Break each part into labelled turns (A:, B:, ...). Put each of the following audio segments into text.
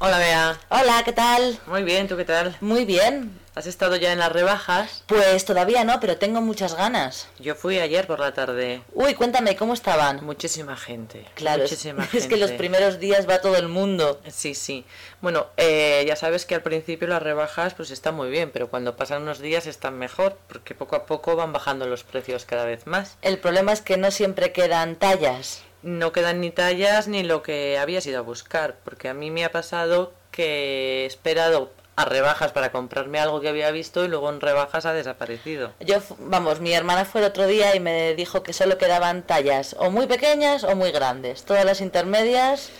A: Hola.
B: Hola, ¿qué tal?
A: Muy bien, ¿tú qué tal?
B: Muy bien.
A: ¿Has estado ya en las rebajas?
B: Pues todavía no, pero tengo muchas ganas.
A: Yo fui ayer por la tarde.
B: Uy, cuéntame, ¿cómo estaban?
A: Muchísima gente.
B: Claro, es-
A: muchísima
B: es,
A: gente.
B: que los primeros días va todo el mundo.
A: Sí, sí. Bueno, eh, ya sabes que al principio las rebajas pues están muy bien, pero cuando pasan unos días están mejor, porque poco a poco van bajando los precios cada vez más.
B: El problema es que no siempre quedan tallas.
A: No quedan ni tallas ni lo que habías ido a buscar, porque a mí me ha pasado que he esperado a rebajas para comprarme algo que había visto y luego en rebajas ha desaparecido.
B: Yo, fu- vamos, mi hermana fue el otro día y me dijo que solo quedaban tallas o muy pequeñas o muy grandes. Todas las intermedias,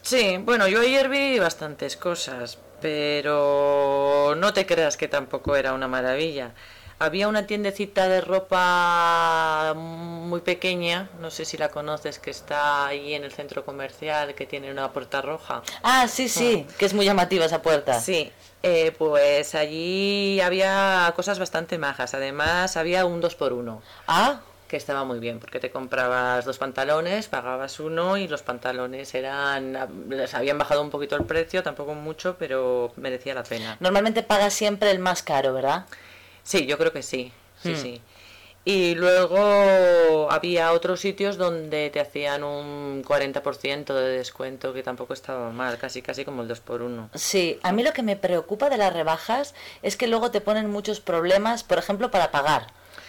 A: Sí, bueno, yo ayer vi bastantes cosas, pero no te creas que tampoco era una maravilla. Había una tiendecita de ropa muy pequeña, no sé si la conoces, que está ahí en el centro comercial, que tiene una puerta roja.
B: Ah, sí, sí, que es muy llamativa esa puerta.
A: Sí, eh, pues allí había cosas bastante majas. Además, había un 2 por 1
B: Ah,
A: que estaba muy bien, porque te comprabas dos pantalones, pagabas uno y los pantalones eran, les habían bajado un poquito el precio, tampoco mucho, pero merecía la pena.
B: normalmente pagas siempre el más caro, ¿verdad?
A: Sí, yo creo que sí, sí,
B: Hmm.
A: sí. Y luego había otros sitios donde te hacían un 40% de descuento, que tampoco estaba mal, casi casi como el 2x1.
B: Sí, a mí lo que me preocupa de las rebajas es que luego te ponen muchos problemas, por ejemplo, para pagar.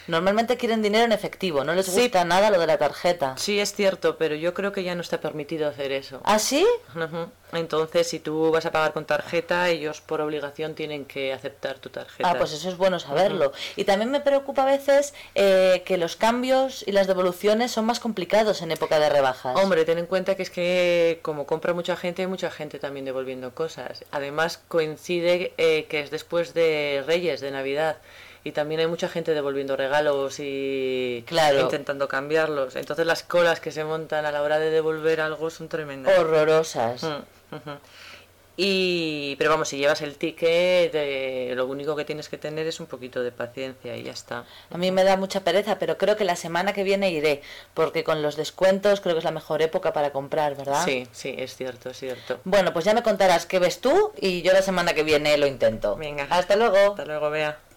B: Normalmente quieren dinero en efectivo, no les
A: Sí.
B: gusta nada lo de la tarjeta.
A: Sí, es cierto, pero yo creo que ya no está permitido hacer eso.
B: ¿Ah, sí?
A: Ujú. Entonces, si tú vas a pagar con tarjeta, ellos por obligación tienen que aceptar tu tarjeta.
B: Ah, pues eso es bueno saberlo. Y también me preocupa a veces eh, que los cambios y las devoluciones son más complicados en época de rebajas.
A: Hombre, ten en cuenta que es que como compra mucha gente, hay mucha gente también devolviendo cosas. Además coincide eh, que es después de Reyes, de Navidad, y también hay mucha gente devolviendo regalos y
B: Claro.
A: intentando cambiarlos. Entonces las colas que se montan a la hora de devolver algo son tremendas.
B: Horrorosas.
A: Mm, ujú. Y, pero vamos, si llevas el ticket, eh, lo único que tienes que tener es un poquito de paciencia y ya está.
B: A mí me da mucha pereza, pero creo que la semana que viene iré, porque con los descuentos creo que es la mejor época para comprar, ¿verdad?
A: Sí, sí, es cierto, es cierto.
B: Bueno, pues ya me contarás qué ves tú y yo la semana que viene lo intento.
A: Venga.
B: Hasta luego.
A: Hasta luego, Bea.